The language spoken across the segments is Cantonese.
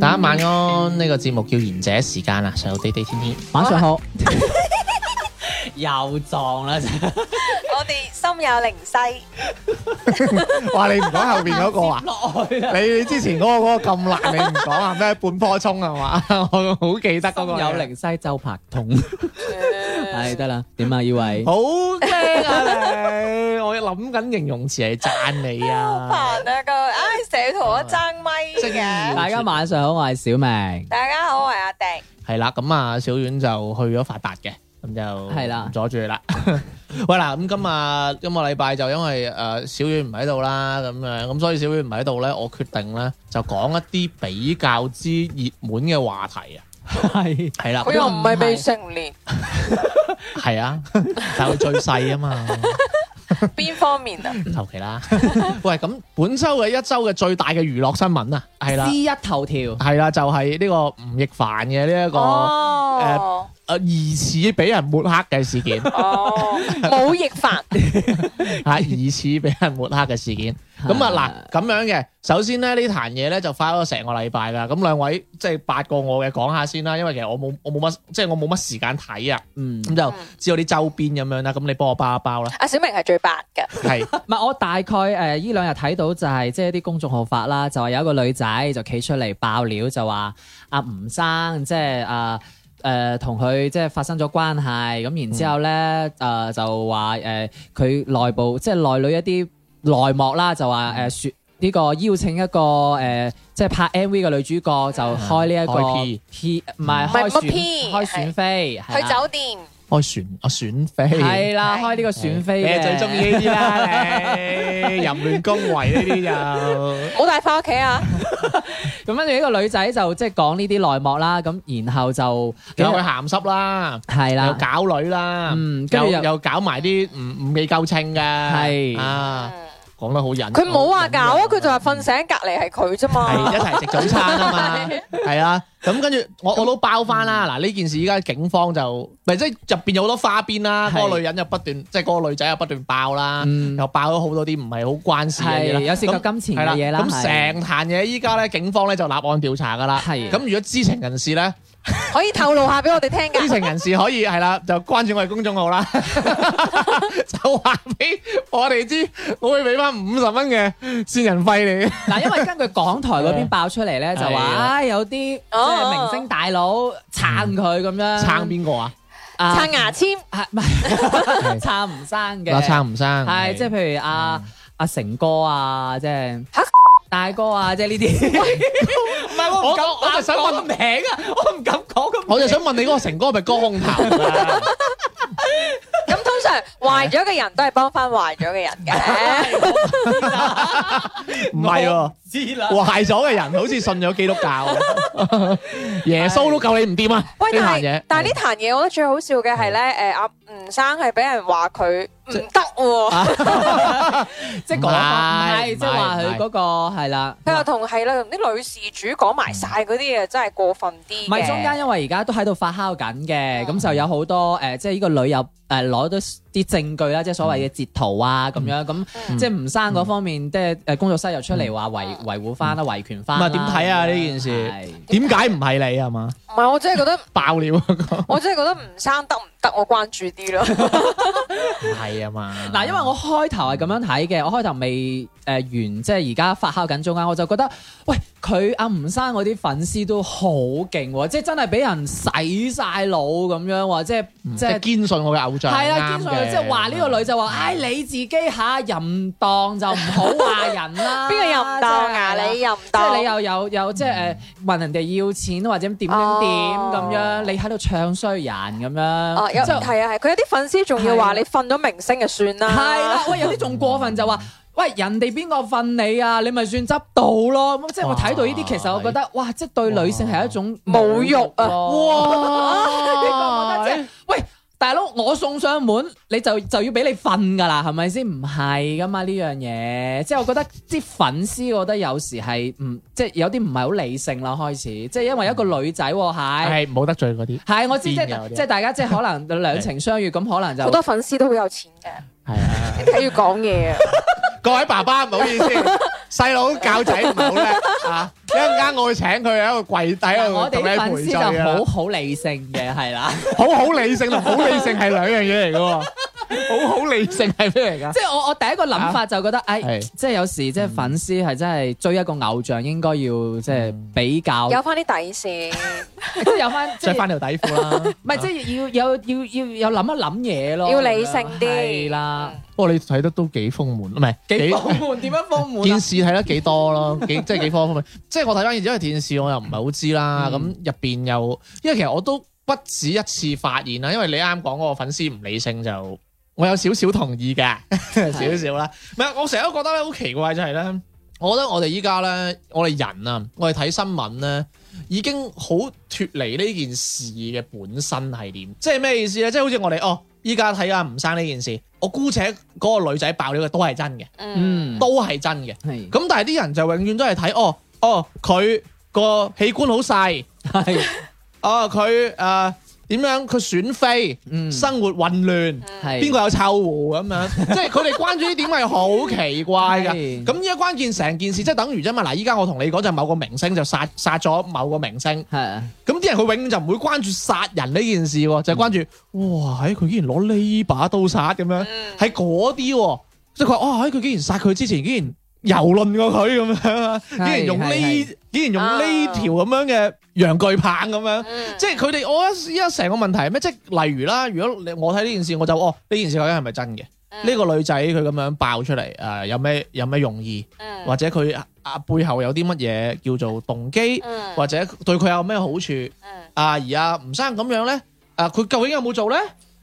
大家晚安。呢個節目叫賢者時間啊，細路地地天天。晚上好，又撞啦！我哋心有靈犀，哇！你唔講後邊嗰個 啊？落去啦，你之前嗰個嗰個咁難，你唔講啊？咩半棵葱係嘛？ 我好記得嗰心個。啊有靈犀周柏通， 係得啦。點啊，以為好驚啊你！我諗緊形容詞係讚你啊。煩啊個，唉，成日同我爭咪嘅。大家晚上好，我係小明。大家好，我係阿迪。係啦，咁啊，小婉就去咗發達嘅，咁就係啦唔阻住你啦。 喂嗱，咁今啊，今個禮拜就因為誒、呃小婉唔喺度啦，咁樣咁所以小婉唔喺度咧，我決定咧就講一啲比較之熱門嘅話題啊。係係啦，啊我又唔係未成年，係啊，但係佢最細啊 嘛，邊方 面啊？求其啦。喂，咁本周嘅一周嘅最大嘅娛樂新聞啊，係啦之，一頭條，係啦，就係呢個吳亦凡嘅呢一個哦，呃疑似俾人抹黑嘅事件，哦，冇亦凡， 係疑似俾人抹黑嘅事 件。咁啊嗱，咁樣嘅，首先咧呢壇嘢咧就花咗成個禮拜啦。咁兩位即係八個我嘅講下先啦，因為其實我冇我冇乜即係我冇乜時間睇啊。嗯，咁就知道啲周邊咁樣啦。咁你幫我包一包 啦，阿小明係最白嘅。係唔係，我大概誒依兩日睇到就係即係啲公眾號發啦，就話有一個女仔就企出嚟爆料，就話阿吳生即係啊誒同佢即係發生咗關係，咁然之嗯後咧誒、呃就話誒佢內部即係內裏一啲內幕啦，就話嗯誒説呢個邀請一個誒、呃即係拍 MV 嘅女主角就開呢一啊開個 P 嗯 P 唔係唔係開乜選 P，開選飛係去啦酒店，我選我選飛，係啦，開呢個選飛嘅你最中意呢啲啦， 你淫亂恭維呢啲就唔好帶翻屋企啊！咁跟住呢個女仔就即係講呢啲內幕啦，咁然後就有佢鹹濕啦，係又啦，搞女啦，嗯跟又住又又搞埋啲唔唔未夠稱嘅，係啊，講得好隱，佢冇話搞啊，佢就話瞓醒隔離係佢啫係嘛一。齊食早餐啊 嘛，係啊，咁跟住我我都包翻啦。嗯嗱呢件事依家警方就咪即係入邊有好多花邊啦，係嗰個女人又不斷即係嗰個女仔又不斷爆啦，嗯又爆咗好多啲唔係好關事嘅嘢係啦，有涉及咁金係錢嘅嘢啦，咁係成壇嘢依家咧警方咧就立案調查噶啦。係咁如果知情人士 咧，可以透露下俾我哋聽㗎知。情人士可以係啦，就關注我哋公眾號 啦，就話俾我哋知，我會俾翻五十蚊嘅線人費你。嗱，因為根據港台嗰邊爆出嚟咧，就係話啊唉有啲即係明星大佬撐佢咁樣撐邊個啊？啊撐牙籤，係 唔係撐吳嗱，生嘅？撐唔生係即係譬如阿阿成哥啊，即係嚇大哥啊，即係 呢啲。唔係我唔敢我就想問個名啊，我唔敢講個名我就想問你嗰個成哥係咪高控頭啊？咁通常壞咗嘅人都係幫翻壞咗嘅人嘅。唔係喎，知啦。壞咗嘅人好似信咗基督教，耶穌都救你唔掂啊！喂，但呢壇係嘢，但係呢壇嘢，我覺得最好笑嘅係咧，誒阿吳生係俾人話佢唔得喎，即係講法，唔唔係係即係話佢嗰個係啦。佢又同係啦，同啲女事主講埋晒嗰啲嘢，真係過分啲唔係中間，嘅。因為而家都喺度發酵緊嗯嘅，咁就有好多誒，即係呢個女友誒攞到啲證據啦，即係所謂嘅截圖嗯啊咁樣，嗯咁即係吳生嗰方面，即係誒工作室又出嚟話維維護翻啦，維權翻。唔係點睇嗯啊呢件事係點解唔係你係嘛？唔係我真係覺得，爆料嗰個我真係覺得吳生得唔得，我關注啲咯。唔係啊嘛？嗱，因為我呃開頭係咁樣睇嘅，我開頭未誒完，即係而家發酵緊中間，我就覺得，喂，佢阿吳生嗰啲粉絲都好勁喎，即係真係俾人洗晒腦咁樣喎，即係即即係係堅信我嘅偶像係係啦，啱堅信嘅佢即係話呢個女就話：，嗯唉，你自己下淫蕩就唔好話人 啦。邊個又唔當啊？真係你又唔即當，係你又有有即係誒問人哋要錢或者點點點咁樣，哦你喺度唱衰人咁哦，有樣，就係啊係，佢有啲粉絲仲要係啊話你瞓咗明星就算啦，係啦。喂，有啲仲過分就話。喂，人哋邊個瞓你啊？你咪算執到咯。咁即係我睇到呢啲，其實我覺得，哇！即係對女性係一種侮辱啊咯！ 呢個我覺得即係，喂，大佬，我送上門，你就就要俾你瞓㗎啦，係咪先？唔係㗎嘛呢樣嘢，即係我覺得啲粉絲，我覺得有時係唔即係有啲唔係好理性啦，開始即係因為一個女仔喎，係係唔好得罪嗰啲，係我知即癲嘅係有啲即係大家即係可能兩情相悅咁，可能就好多粉絲都好有錢嘅，係啊。 你睇住講嘢啊，各位爸爸唔好意思，細佬教仔唔好咧啊！一陣間我會請佢喺個櫃底但係度我哋同啲粉你絲陪罪就啊好好理性嘅，係 啦。好好理性啊同好理性係兩樣嘢嚟嘅喎，好好理性係咩嚟㗎？即係我我第一個諗法就覺得，哎，係即係有時即係粉絲係真係追一個偶像應該要即係比較，有翻啲底線，即係有翻即着係翻條底褲啦！唔係即係要有要要有諗一諗嘢咯，要理性啲係啦。不過你睇得都幾豐滿，唔係幾豐滿？點樣豐滿啊件？事睇得幾多咯，幾即係幾方方面。即係我睇翻，因為電視我又唔係好知啦，咁入邊又，因為其實我都不止一次發現啦，因為你啱講嗰個粉絲唔理性就，我有少少同意嘅，少少啦。唔係，我成日都覺得咧好奇怪就係咧，我覺得我哋依家咧，我哋人啊，我哋睇新聞咧。已經好脱離呢件事嘅本身係點，即係咩意思咧？即係好似我哋哦，依家睇阿吳生呢件事，我姑且嗰個女仔爆料嘅都係真嘅，嗯，嗯，都係真嘅。係咁但係啲人就永遠都係睇哦哦佢個器官好細，係哦佢誒點樣佢選妃，嗯生活混亂，係邊個有臭狐咁樣， 即係佢哋關注呢點係好奇怪㗎。係咁依家關鍵成件事即係等於啫嘛。嗱，依家我同你講就某個明星就殺殺咗某個明星，係啊咁啲人佢永遠就唔會關注殺人呢件事喎，就係關注哇，哎喺佢竟然攞呢把刀殺咁樣。嗯係嗰啲喎，即係佢話哦，喺佢竟然殺佢之前，竟然遊論過佢咁樣啊，竟然用呢係，竟然用呢條咁樣嘅陽具棒咁樣，啊嗯即係佢哋我依家成個問題係咩？即係例如啦，如果你我睇呢件事，我就哦呢件事究竟係咪真嘅？嗯呢個女仔佢咁樣爆出嚟，誒、有咩有咩用意，嗯或者佢啊啊背後有啲乜嘢叫做動機，嗯或者對佢有咩好處？嗯啊而阿吳生咁樣咧，啊佢究竟有冇做咧？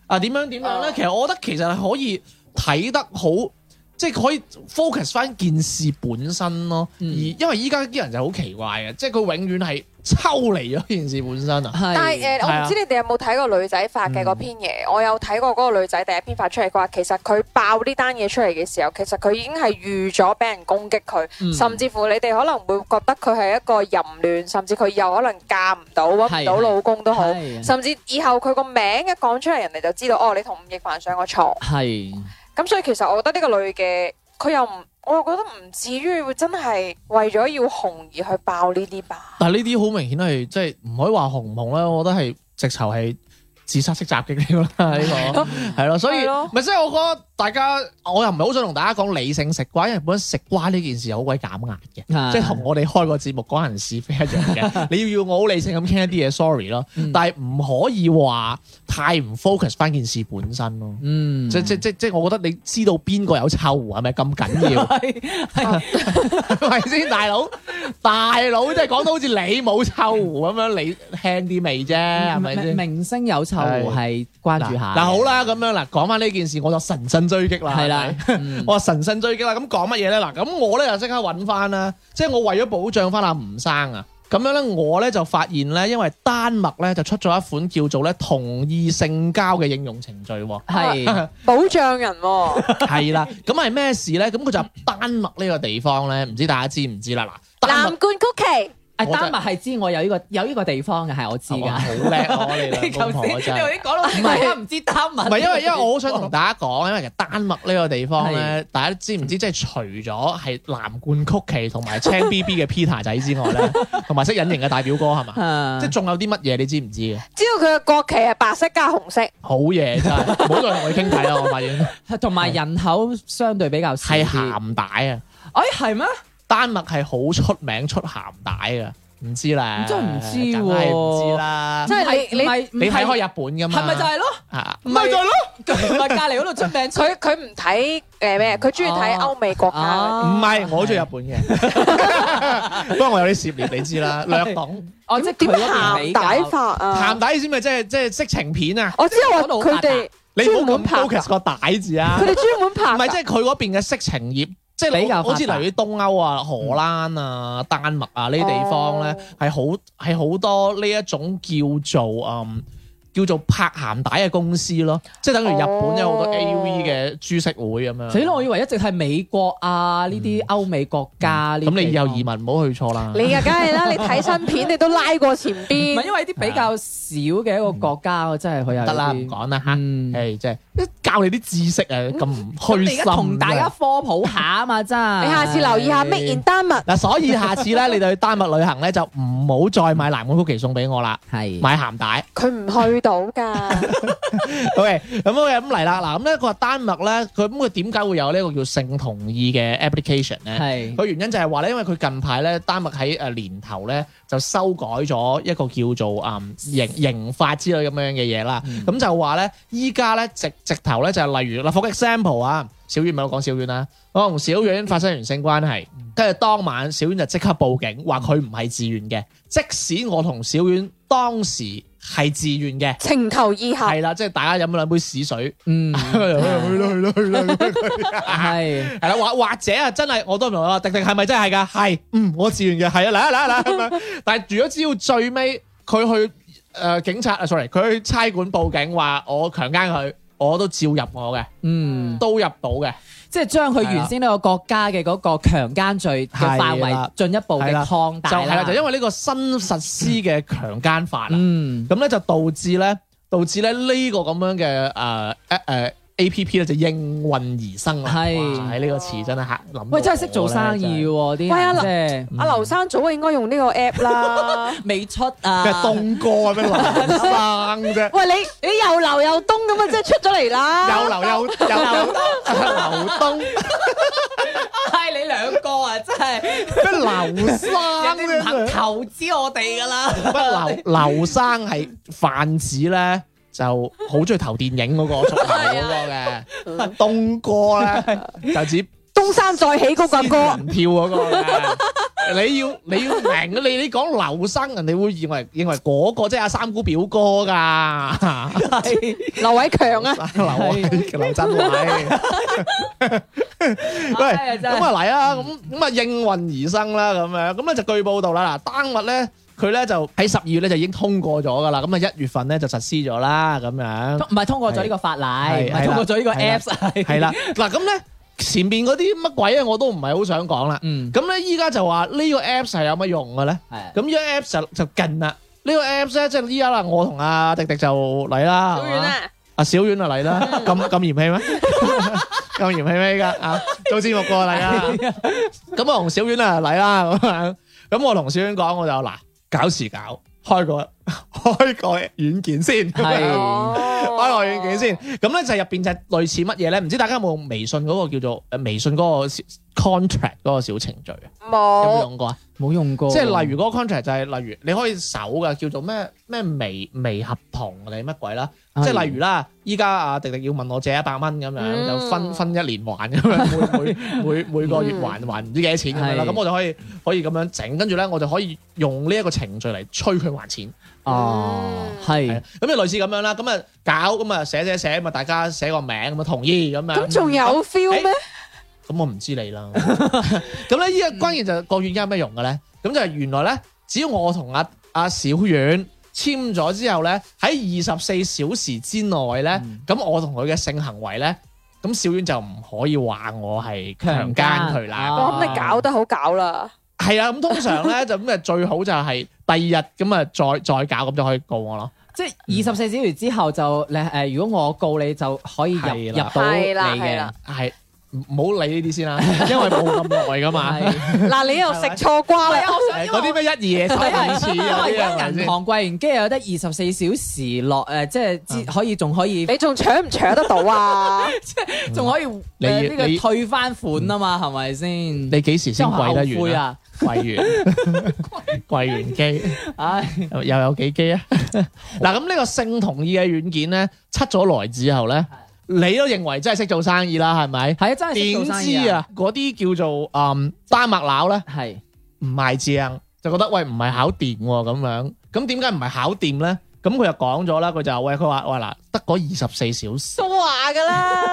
啊點樣點樣咧？啊其實我覺得其實係可以睇得好，即係可以 focus 翻件事本身咯。嗯而因為依家啲人就好奇怪嘅，即係佢永遠係抽離咗件事本身啊。係但係誒，我唔知你哋有冇睇過女仔發嘅嗰篇嗯嘢？我有睇過嗰個女仔第一篇發出嚟，佢話其實佢爆呢單嘢出嚟嘅時候，其實佢已經係預咗俾人攻擊佢，嗯甚至乎你哋可能會覺得佢係一個淫亂，甚至佢又可能嫁唔到，揾係唔到老公都好，係甚至以後佢個名一講出嚟，人哋就知道哦，你同吳亦凡上過床。係咁所以其實我覺得呢個女嘅，佢又唔，我又覺得唔至於會真係為咗要紅而去爆呢啲 吧。但係呢啲好明顯係即係唔可以話紅唔紅啦，我覺得係直頭係自殺式襲擊呢個啦，呢個係咯，所以係咯咪即係我覺得大家我又唔係好想同大家講理性食瓜，因為本身食瓜呢件事係好鬼減壓嘅。即係同我哋開個節目講人是非一樣嘅，你要要我好理性咁傾一啲嘢，sorry 咯，嗯但係唔可以話太唔 focus 翻件事本身咯。嗯即即即即，我覺得你知道邊個有臭狐係咪咁緊 要？ 係咪先，大佬？大佬即係講到好似你冇臭狐咁樣，你輕啲味啫，嗯係咪先？明星有臭狐係關嗱注下嗱好啦，咁樣嗱，講翻呢件事，我就神身追擊啦，係係啦，咪， 我話神聖追擊啦，咁講乜嘢咧？嗱，咁我咧就即刻揾翻啦，即係我為咗保障翻阿吳生啊，咁樣咧我咧就發現咧，因為丹麥咧就出咗一款叫做咧同意性交嘅應用程序喎係保障人喎、係啦，咁係咩事咧？咁佢就丹麥呢個地方咧，唔知大家知唔知啦？嗱，丹藍麥罐曲奇。啊丹麥係知我有呢個有呢個地方嘅係我知哇 㗎。好叻啊我哋 你兩頭公婆先你真頭係。先講到唔係唔知丹麥，唔係因為因為我好想同大家講，因為其實丹麥呢個地方咧，大家知唔知即係除咗係藍罐曲奇同埋青 B B 嘅 Peter 仔之外 咧，同埋識隱形嘅大表哥係嘛？啊即係仲有啲乜嘢你知唔知嘅？知道佢嘅國旗係白色加紅色，好嘢真係， 唔好再同佢傾偈啦！我發現同埋人口相對比較少係啲。鹹帶啊，哎，係咩？丹麥係好出名出鹹帶嘅，唔知咧，真係唔知喎梗係唔知啦即。係係你你你你睇開日日本噶嘛？係咪就係咯？啊？唔係就係咯， 唔係隔離嗰度出名出佢佢唔睇誒咩，佢中意睇歐美國家嗰啲。唔係，我中意日 本嘅，不過我有啲涉獵，你知啦，略懂。哦，即係佢嗰邊鹹比較帶法啊鹹！帶意思咪即係即係色情片啊！我知我嗰度好佢哋你唔好專門咁拍 focus 個帶字啊佢！哋專門唔係，拍即係佢嗰邊嘅色情業，即係比較你發達好似例如啲東歐啊、荷蘭啊、丹麥啊呢啲地方咧哦，係好係好多呢一種叫做嗯叫做拍鹹帶嘅公司咯，即係等於日本有好多哦 A.V. 嘅株式會咁樣。死咯！我以為一直係美國啊呢啲歐美國家呢啲咁你以後地方移民唔好去錯啦。你啊，梗係啦！你睇新片，你都拉過前唔係邊。因為啲比較少嘅一個國家，我真係佢有得啦，啲唔講啦嚇。嗯誒，即係教你啲知識啊，咁唔咁虛你而心家同大家啊。科普下啊嘛，真係。你下次留意下 Make in 丹麥，嗱，所以下次咧，你哋去丹麥旅行咧，就唔好再買藍莓曲奇送俾我啦， 係買鹹帶。 佢唔去到㗎。 OK，咁我咁嚟啦，嗱咁咧，佢話丹麥咧，佢咁佢點解會有呢個叫性同意嘅 application 咧？ 係佢原因就係話咧，因為佢近排咧，丹麥喺誒年頭咧就修改咗一個叫做嗯刑刑法之類咁樣嘅嘢啦。嗯咁、就話咧，依家咧直直頭咧就係例如嗱，for example 啊，小遠咪我講小遠啦，我同小遠發生完性關係，嗯跟住當晚小遠就即刻報警，話佢唔係自願嘅，嗯即使我同小遠當時係自願嘅。情投意合，係啦，即係大家飲兩杯屎水，啊嗯去啦去啦去啦去啦，係係啦，或或者啊，真係我都唔同我話，迪迪係咪真係㗎？係，嗯，我自願嘅，係啊，嚟啊嚟啊嚟啊咁樣。 但係如果只要最尾佢去誒警察啊，sorry，佢去差館報警話我強姦佢，我都照入我嘅，嗯，都入到嘅，即係將佢原先呢個國家嘅嗰個強姦罪嘅範係圍啦進一步嘅係啦擴就大係啦，啦，就因為呢個新實施嘅強姦法啊，嗯咁咧就導致咧導致咧呢個咁樣嘅誒誒誒 A P P 咧就應運而生啦。係哇喺呢個詞真係嚇諗到我咧。喂真係識做生真係意喎啲喂啊人即係阿劉生早應該用呢個 app 啦。未出啊，嘅東哥咩劉生啫，喂，你你又流又東咁啊，即係出咗嚟啦。有劉有有劉東唉你兩個啊真係咩劉生人哋唔肯啫，投資我哋㗎啦，不過劉劉生係泛指咧，就好中意投電影嗰個足球嗰個啊嘅，東哥咧就指東山再起嗰個歌，唔跳啊嗰個嘅。你要你要明，啊你你講劉生，人哋會認為認為嗰個即係阿三姑表哥 㗎，劉偉強啊，劉劉振 偉。喂，唉真係咁啊嚟啦，咁咁啊應運而生啦，咁樣咁啊咧就據報道啦，嗱丹麥咧佢咧就喺十二月咧就已經通過咗噶啦，咁啊一月份咧就實施咗啦，咁樣唔係通過咗呢個法例，係唔係通過咗呢個係啦 apps，係係啦，嗱咁咧前面嗰啲乜鬼啊我都唔係好想講啦，嗯，咁咧依家就話呢個 apps 係有乜用嘅咧？係咁呢個 apps 就就近啦，呢個 apps 咧即係依家啦，我同阿迪迪就嚟啦，小遠啊，嗯阿小婉就嚟啦，咁咁嫌棄咩？ 咁嫌棄咩依家啊？做節目過嚟 啊！咁我同小婉啊嚟啦，咁樣咁我同小婉講，我就嗱搞時搞，開個 開個軟件先，係開哦個軟件先。咁咧就入邊就係類似乜嘢咧？唔知大家有冇用微信嗰個叫做誒微信嗰個小 contract 嗰個小程序啊？有冇冇用過啊？哦冇用過，即係例如嗰個 contract 就係例如你可以搜嘅叫做咩咩微微合同定乜鬼啦，係即係例如啦，依家啊迪迪要問我借一百蚊咁樣，嗯就分分一年還咁樣，每每每每個月還還唔知幾多錢咁樣啦，係咁我就可以可以咁樣整，跟住咧我就可以用呢一個程序嚟催佢還錢，哦，係係咁就類似咁樣啦，咁啊搞咁啊寫寫寫咁啊大家寫個名咁啊同意咁樣，咁仲有 feel 咩？咁我唔知 你啦。咁咧，依家關鍵就係個軟件有咩用嘅咧？咁就係原來咧，只要我同阿阿小遠簽咗之後咧，喺二十四小時之內咧，咁、我同佢嘅性行為咧，咁小遠就唔可以話我係強姦佢啦。我咁你搞得好搞啦，係啊，咁通常咧就咁啊，最好就係第二日咁啊，再再搞咁就可以告我咯。即係二十四小時之後就你誒，如果我告你就可以入係入啦到你係啦係嘅啦，係唔唔好理呢啲 先啦，因為冇咁耐噶嘛。係嗱，你又食錯瓜啦， 嗰啲咩一二嘢三二次因啊，為啲而家銀行櫃員機有得二十四小時落誒，即係之可以仲可以你仲搶唔搶得到 啊？仲可以你誒呢你個退翻款啊嘛，係咪先？你幾時先真係跪後得悔完啊？啊！跪完， 跪完機唉，又又有幾機啊？嗱，咁呢個性同意嘅軟件咧，出咗來之後咧，你都認為真係識做生意啦，係咪？係啊，真係識點做生意知！啊，嗰啲叫做嗯丹麥佬咧，係唔賣正，就覺得喂唔係考掂喎咁樣。咁點解唔係考掂咧？咁佢就講咗啦，佢就話喂，佢話喂嗱，得嗰二十四小時。都話噶 啦，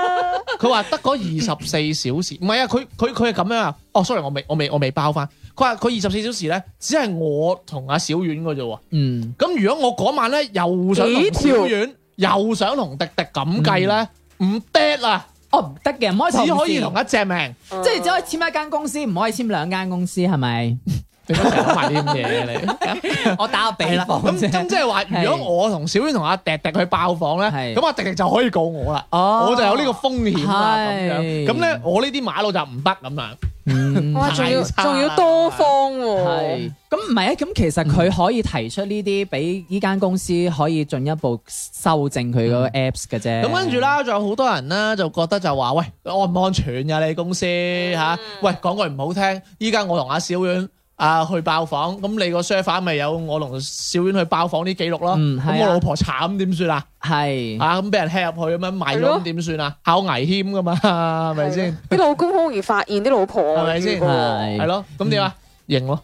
佢話得嗰二十四小時，唔係啊，佢佢佢係咁樣啊。哦，sorry，我未我未我未包翻。佢話佢二十四小時咧，只係我同阿小丸嘅啫喎。嗯，咁如果我嗰晚咧又想同小丸，又想同迪迪咁計咧，唔 dead 啊，哦唔得嘅，唔可以只可以事同一隻命。即嗯係只可以簽一間公司，唔可以簽兩間公司，係咪？ 你都成日講埋啲咁嘢嘅你。我打個比係啦，方咁咁啫。即係話，哦係如果我同小丸同阿迪迪去爆房咧，係咁阿迪迪就可以告我啦。哦我就有呢個風險啦，咁樣。係咁咧，我呢啲馬佬就唔得咁樣。嗯哇，仲要太差啦仲要多方喎係，，咁唔係啊？咁其實佢可以提出呢啲，俾呢間公司可以進一步修正佢個 apps 嘅啫。咁跟住，啦，仲有好多人咧就覺得就話喂安唔安全㗎、你公司嗯嚇、喂講句唔好聽，依家我同阿小婉啊去爆房，咁你個 server 咪有我同小婉去爆房啲記錄咯。嗯咁、係啊我老婆慘點算啊？係啊咁俾人 hack 入去咁樣賣咗係咯咁點算啊？考危險㗎嘛，係咪先？啲老公好容易發現啲老婆喎係咪先如果係係咯，咁點啊？認咯。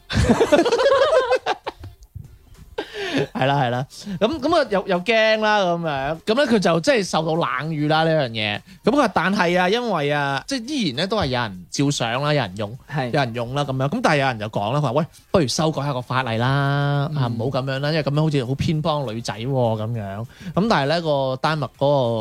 係啦，係啦，咁咁啊，又又驚啦，咁樣，咁咧佢就即係受到冷遇啦呢樣嘢。咁佢話但係啊，因為啊，即係依然咧都係有人照相啦，有人用，有係人用啦咁樣。咁但係有人就講啦，佢話喂，不如修改下個法例啦，嗯啊唔好咁樣啦，因為咁樣好似好偏幫女仔喎咁樣。咁但係咧個丹麥嗰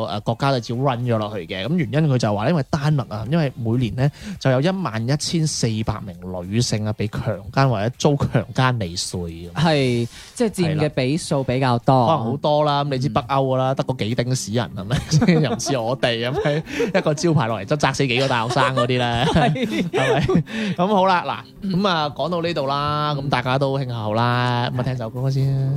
個誒國家就照 run 咗落去嘅。咁原因佢就話因為丹麥啊，因為每年咧就有一萬一千四百名女性啊被強姦或者遭強姦未遂咁。係，即係係佔啦嘅比數比較可多，能好多啦，咁你嗯知北歐噶啦，得個幾丁屎人係咪？ 又唔似我哋咁樣， 一個招牌落嚟就砸死幾個大學生嗰啲 咧，係咪？咁好啦，嗱，咁啊講到呢度啦，咁大家都慶後啦，咁啊聽首歌先啦。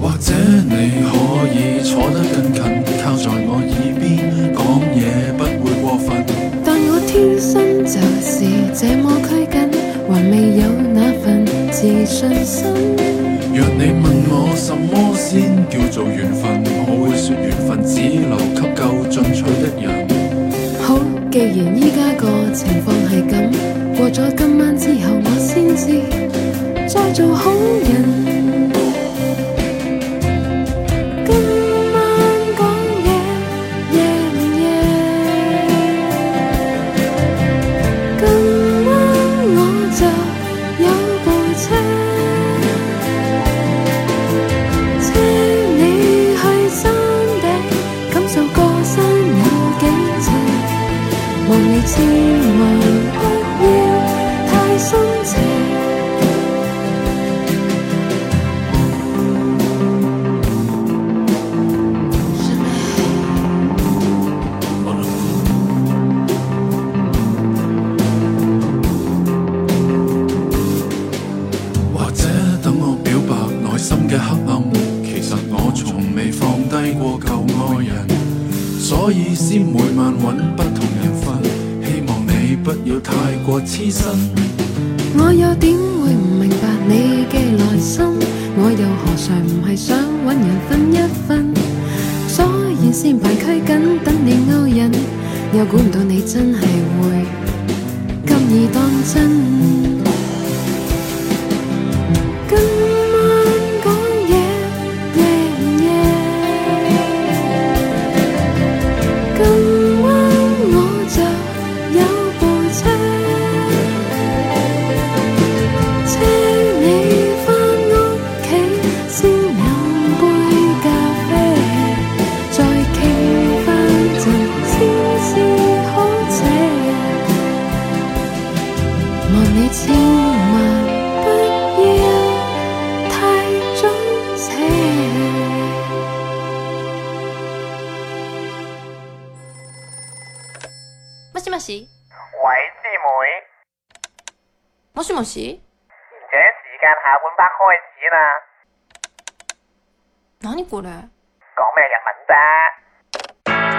或者你可以坐得更近，靠在我耳邊講嘢，不會過分。當我天生就是這麼拘謹，還未有那份自信心。若你問我什麼先叫做緣分，我會說緣分只留給夠進取的人。好，既然依家個情況係咁，過咗今晚之後，我先至再做好人。今晚講嘢夜唔夜？今晚我就有部車，車你去山頂，感受個山有幾斜。望你千萬不要太心邪。或者等我表白內心嘅黑暗，其實我從未放低過舊愛人，所以先每晚揾不同人瞓，希望你不要太過痴身。我又點會唔明白你嘅內心？我又何嘗唔係想揾人分一分？所以先排拘緊等你勾引，又估唔到你真係會咁易當真。今晚講嘢夜唔夜？今晚我就有部車，車你返屋企先飲杯咖啡，再傾翻陣先至好寫。望你千萬不要しもし喂，師妹，もしもし而且時間下半 part 開始啦，何これ講咩日文啫？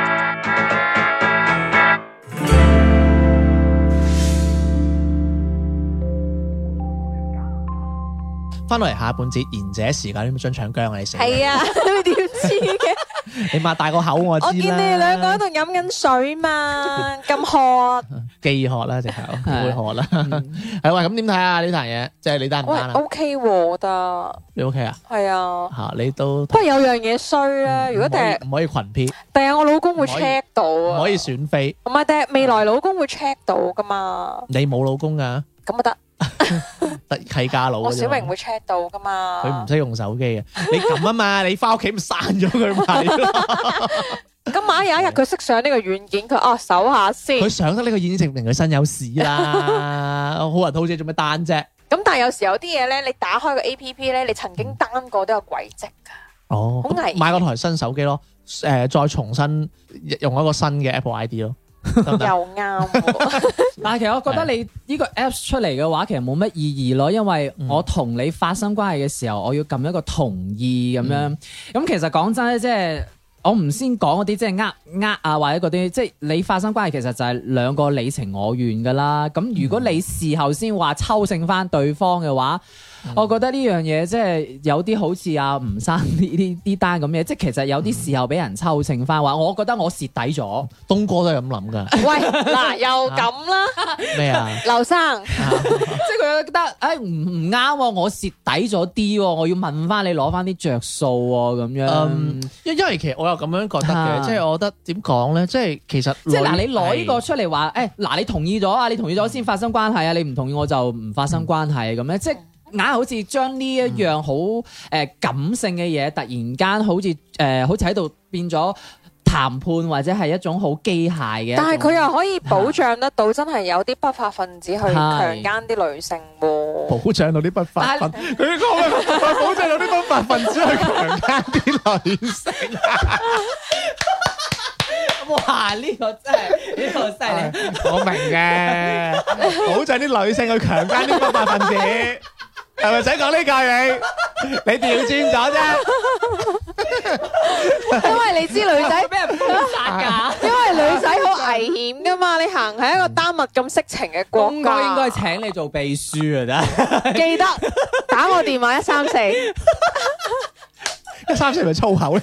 翻到嚟下半節賢者時間，你咪張搶姜啊！你死啦！係啊， 你點知 嘅？你擘大個口我知啦。我見你哋兩個喺度飲緊水 嘛，咁渴。飢渴啦，直頭會渴啦。係喂，咁點睇啊？呢壇嘢即係你單唔喂單啊？ ，OK 喎，我覺得你 OK 啊？係啊。嚇，你都不過有樣嘢衰咧，如果第日嗯唔可以唔可以群 P，第日我老公會唔可以 check 到唔啊，可以選妃，唔係第日未來老公會 check 到噶嘛，你冇老公㗎，咁啊得，得契家佬㗎啫嘛。我小明會 check 到噶嘛。佢唔識用手機嘅，你撳啊嘛， 你翻屋企咪刪咗佢咪 咯。咁晚有一日佢識上呢個軟件，佢啊搜下先。 佢上得呢個演證明佢身有屎啦，好人好姐做咩單啫？咁但係有時有啲嘢咧，你打開個 A P P 咧，你曾經 down 過都有軌跡㗎。哦，好危咁險買嗰台新手機咯，誒、再重新用一個新嘅 Apple ID 咯，得唔得？又啱喎，但係其實我覺得你呢個 Apps 出嚟嘅話，其實冇乜意義咯，因為我同你發生關係嘅時候，我要撳一個同意咁樣。咁、其實講真咧，即係我唔先講嗰啲即係呃呃啊，或者嗰啲即係你發生關係，其實就係兩個你情我願噶啦。咁如果你事後先話抽剩翻對方嘅話，我覺得呢樣嘢即係有啲好似阿吳生呢呢呢單咁嘢，即係其實有啲事後俾人抽剩翻話，我覺得我蝕底咗。 東哥都係咁諗㗎，喂嗱又咁啦，咩啊？ 劉生。即係佢覺得，誒唔唔啱喎，我蝕底咗啲喎，我要問翻你攞翻啲着數喎，咁樣。嗯，因因為其實我又咁樣覺得啊嘅，即係我覺得點講咧，即係其實即係嗱，女你攞呢個係出嚟話，誒嗱，你同意咗啊，你同意咗先發生關係啊，你唔同意我就唔發生關係咁樣，即係。硬係好似將呢一樣好誒感性嘅嘢，突然間好似誒、好似喺度變咗談判或者係一種好機械嘅一種。但係佢又可以保障得到，真係有啲不法分子去強係姦啲女性喎。保障到啲不法分，佢講啊保障到啲不法分子去強姦啲女性， 哇！呢、個真係呢、個犀利。我明嘅，保障啲女性去強姦啲不法分子，係咪想講呢句你？你調轉咗啫，因為你知女仔，俾人封殺㗎。 因為女仔好危險噶嘛，你行喺一個丹麥咁色情嘅國公家，哥應該請你做秘書啊！記得打我電話一三四。一三四咪粗口嚟。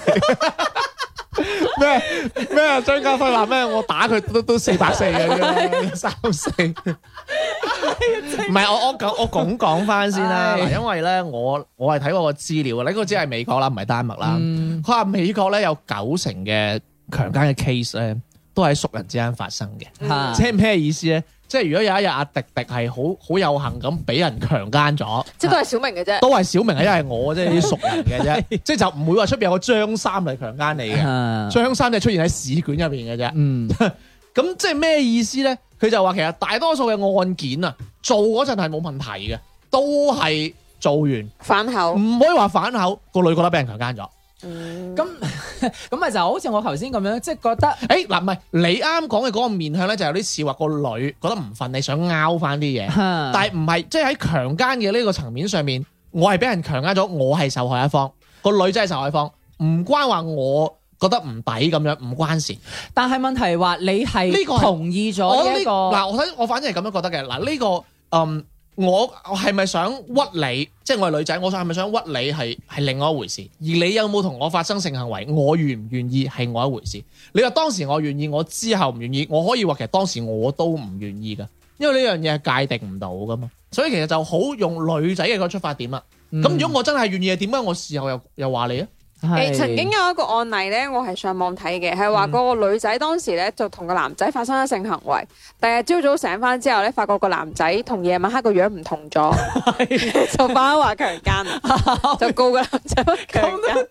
咩咩？張家輝話咩？我打佢都都四百四嘅啫，三四。唔係我我講我咁講翻先啦，唉嗱因為咧我我係睇過個資料嘅，呢個只係美國啦，唔係丹麥啦。真佢話美國咧有九成嘅強姦嘅 case 咧，都喺熟人之間發生嘅。嗯係即係咩意思咧？即係如果有一日阿迪迪係好好有幸咁俾人強姦咗，即係都係小明嘅啫。都係小明啊，因為我即係啲熟人嘅 啫，即係就唔會話出邊有個張三嚟強姦你嘅。係張三就出現喺試卷入邊嘅 啫。嗯咁即係咩意思咧？佢就話其實大多數嘅案件啊，做嗰陣係冇問題嘅，都係做完，唔反口，可以話反口個女覺得俾人強姦咗。嗯咁咁咪就好似我頭先咁樣，即係覺得誒嗱，唔係你啱講嘅嗰個面向咧，就有啲似話個女覺得唔忿，你想拗翻啲嘢，但但係唔係即係喺強姦嘅呢個層面上面，我係俾人強姦咗，我係受害一方，個女真係受害方，唔關話我覺得唔抵咁樣，唔關事。但係問題話你呢係個係同意我咗覺得呢呢一個嗱，我睇我反正係咁樣覺得嘅。嗱，呢個嗯，我我係咪想屈你？即係我係女仔，我想係咪想屈你係係另外一回事。而你有冇同我發生性行為，我願唔願意係我一回事。你話當時我願意，我之後唔願意，我可以話其實當時我都唔願意㗎，因為呢樣嘢係界定唔到噶嘛。所以其實就好用女仔嘅個出發點啦。啊嗯咁、如果我真係願意，點解我事後又又話你啊咧？我誒曾經有一個案例咧，我係上網睇嘅，係嗯話個女仔當時咧就同個男仔發生咗性行為，第日朝早醒翻之後咧，發覺個男仔同夜晚黑個樣唔同咗，就翻話強姦 啦，就告個男仔話強姦，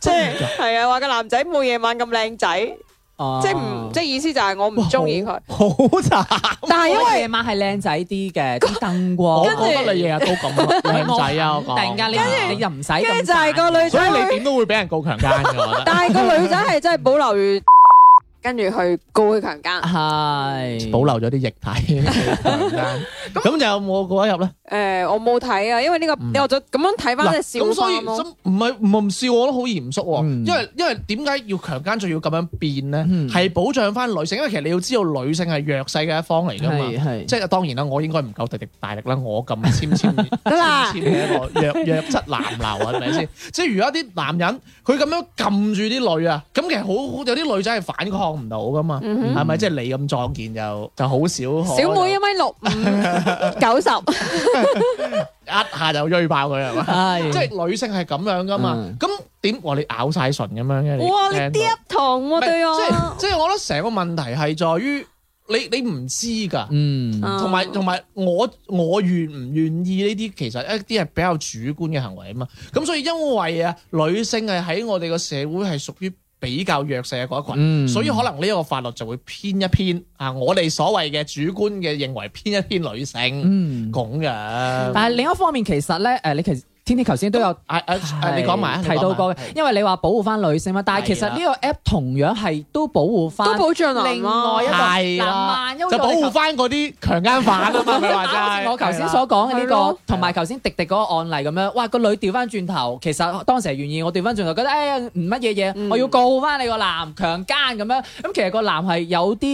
即係係啊，話個男仔冇夜晚咁靚仔，哦即係唔即係意思就係我唔中意佢，啊好慘！但係因為夜晚係靚仔啲嘅，啲燈光我覺得你日日都咁靚仔啊！我 突然講間你你又唔使跟咁住就係個女所以仔你去， 點都會俾人告強姦嘅，我覺得。但係個女仔係真係保留住跟住去告佢強姦。嗯係保留咗啲液體咁就有冇嗰一入咧？诶，我冇睇啊，因為呢個嗯我就咁樣睇翻嗱只笑咁所以翻咯。咁唔係唔係唔笑我都好嚴肅喎，嗯因為因為點解要強姦仲要咁樣變咧？嗯係保障翻女性，因為其實你要知道女性係弱勢嘅一方嚟㗎嘛。係係即係當然啦，我應該唔夠迪迪大力啦，我咁纖纖纖得啦纖嘅一 個弱弱質男流啊係咪先？即係如果啲男人佢咁樣撳住啲女啊，咁其實好好有啲女仔係反抗唔到噶嘛，嗯係咪？即係你咁壯健就就好少哼，可小妹一米六五九十，一下就追爆佢係嘛？ 係即係女性係咁樣噶嘛嗯？咁點話你咬晒唇咁樣嘅？哇！你聽到啲一堂唔喎哦係對啊我即，係即係我覺得成個問題係在於你你唔知㗎。嗯啊同埋同埋我我願唔願意呢啲其實一啲係比較主觀嘅行為啊嘛。咁所以因為啊，女性係喺我哋個社會係屬於比較弱勢嘅嗰一群。嗯所以可能呢一個法律就會偏一偏啊，我哋所謂嘅主觀嘅認為偏一偏女性嗯，咁樣。但係另一方面其實咧誒，你其實天天頭先都有。啊啊啊你講埋啊，提到過過嘅，因為你話保護翻女性嘛，但係其實呢個 app 同樣係都保護翻都保障男另外一個啦。係嗱，啦萬一就保護翻嗰啲強姦犯啊嘛， 咪話齋。啱先我頭先所講嘅呢係咯個，同埋頭先迪迪嗰個案例咁樣，哇個女調翻轉頭，其實當時係願意，我調翻轉頭覺得哎呀唔乜嘢嘢，嗯我要告翻你個男強姦咁樣，咁其實個男係有啲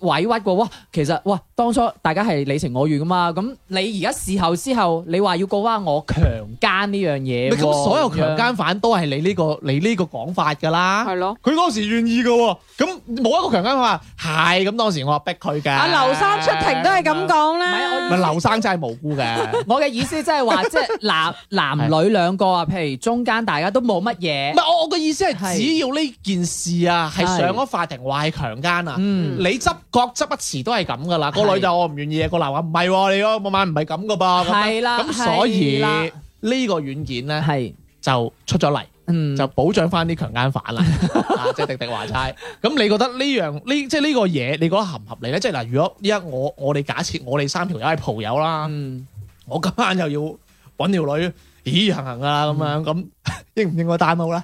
委屈嘅，哇其實哇當初大家係你情我願噶嘛，咁你而家事後之後，你話要告翻我強姦呢樣嘢咪喎，咁所有咁強樣姦犯都係你呢個你呢個講法㗎啦。係咯，佢嗰時願意嘅喎，咁冇一個強姦佢話係咁。當時我話逼佢嘅。阿劉生出庭都係咁講唔係我啦。咪劉生真係無辜嘅。我嘅意思即係話，即係男男女兩個啊，譬如中間大家都冇乜唔嘢，係我我嘅意思係，係只要呢件事啊係係上咗法庭話係強姦啊，嗯，你執角執不遲都係咁噶啦。個係女就我哦唔願意，個男話唔係喎，你嗰個晚唔係咁噶噃。咁樣係啦，咁所以係啦呢個軟件咧係就出咗嚟。嗯就保障翻啲強姦犯啦， 啊即係迪迪話齋。咁你覺得呢樣呢即係呢個嘢，你覺得合唔合理咧？即係嗱，如果依家我我哋假設我哋三條友係蒲友啦，嗯我今晚又要揾條女，咦行行啊咁樣，嗯咁 應唔應該擔保咧？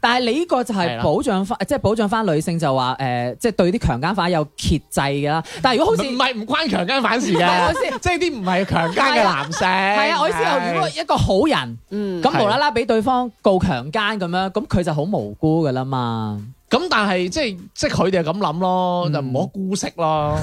但係你呢個就係係啦保障翻，即係保障翻女性就話誒，呃即係對啲強姦犯有遏制㗎啦。但係如果好似唔係唔關強姦犯事嘅 係我意，即係啲唔係強姦嘅男性。係係啊，我意思係如果一個好人嗯，咁哎係無啦啦俾對方告強姦咁樣，咁佢就好無辜㗎啦嘛。咁，但係即係即係佢哋係咁諗咯，嗯就唔好姑息 咯，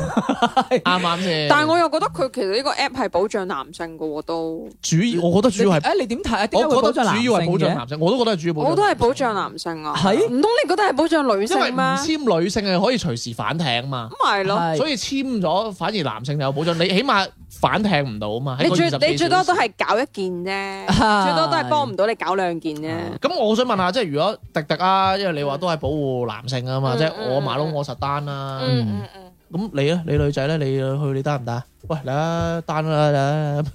啱唔啱先？但係我又覺得佢其實呢個 app 係保障男性嘅喎，都主要我覺得主要係，誒你點睇啊？點解會我覺保得障男主性要係保障嘅？男性，我都覺得係主要保障。我都係保障男性啊。係唔通你覺得係保障女因為性唔咩？簽女性係可以隨時反艇嘛，咁咪係咯。係所以簽咗反而男性就有保障，你起碼反艇唔到啊嘛。喺你個最20幾你最多小都時係搞一件啫，係最多都係幫唔到你搞兩件啫。咁，我想問下，即係如果迪迪啊，因為你話都係保護男性啊嘛，嗯即係我馬佬我實單啦。嗯嗯嗯，咁你咧，你女仔咧，你去你單唔單？喂，嚟啊，單啦，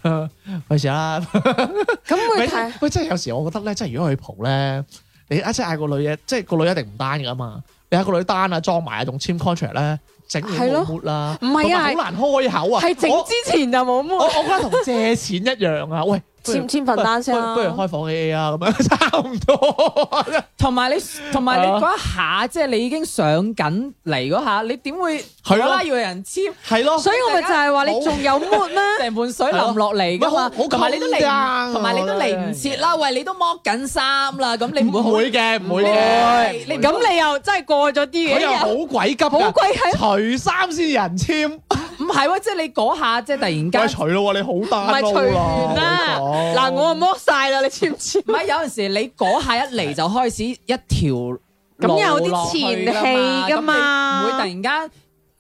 嚟啊費事啦。咁會喂睇，喂，即係有時我覺得咧，即係如果去蒲咧，你一即係嗌個女嘅，即係個女一定唔單噶嘛。你嗌個女單啊，裝埋啊，仲簽 contract 咧，整係嘢咯冇 mood 啦，唔係啊同埋好難開口啊。係整我之前就冇我乜我覺得同借錢一樣啊！喂，不如簽簽份單先啊啦不如不如開房 A A 啊，咁樣 差唔多。同埋你，同埋你啊嗰一下，即係你已經上緊嚟嗰下，你點會係咯無啦啦要人簽？係咯，所以我咪就係話你仲有 mood 咩？成盆水淋落嚟噶嘛唔係好好，同埋你都襟㗎嚟唔，同埋你都嚟唔切啦。喂，你都剝緊衫啦，咁你唔會好唔會嘅，唔會啊會嘅。你唔咁你又真係過咗啲哎佢又嘅，好鬼急好㗎，鬼係除衫先人簽，唔係喎？即係你嗰下即係突喂然間，除咯喎，你唔好係單隨撈咯緣啦。我講嗱，我就剝晒啦，你知唔 知？唔係有陣時你嗰下一嚟就開始一條路咁有啲落去㗎前戲㗎嘛咁你唔會突然間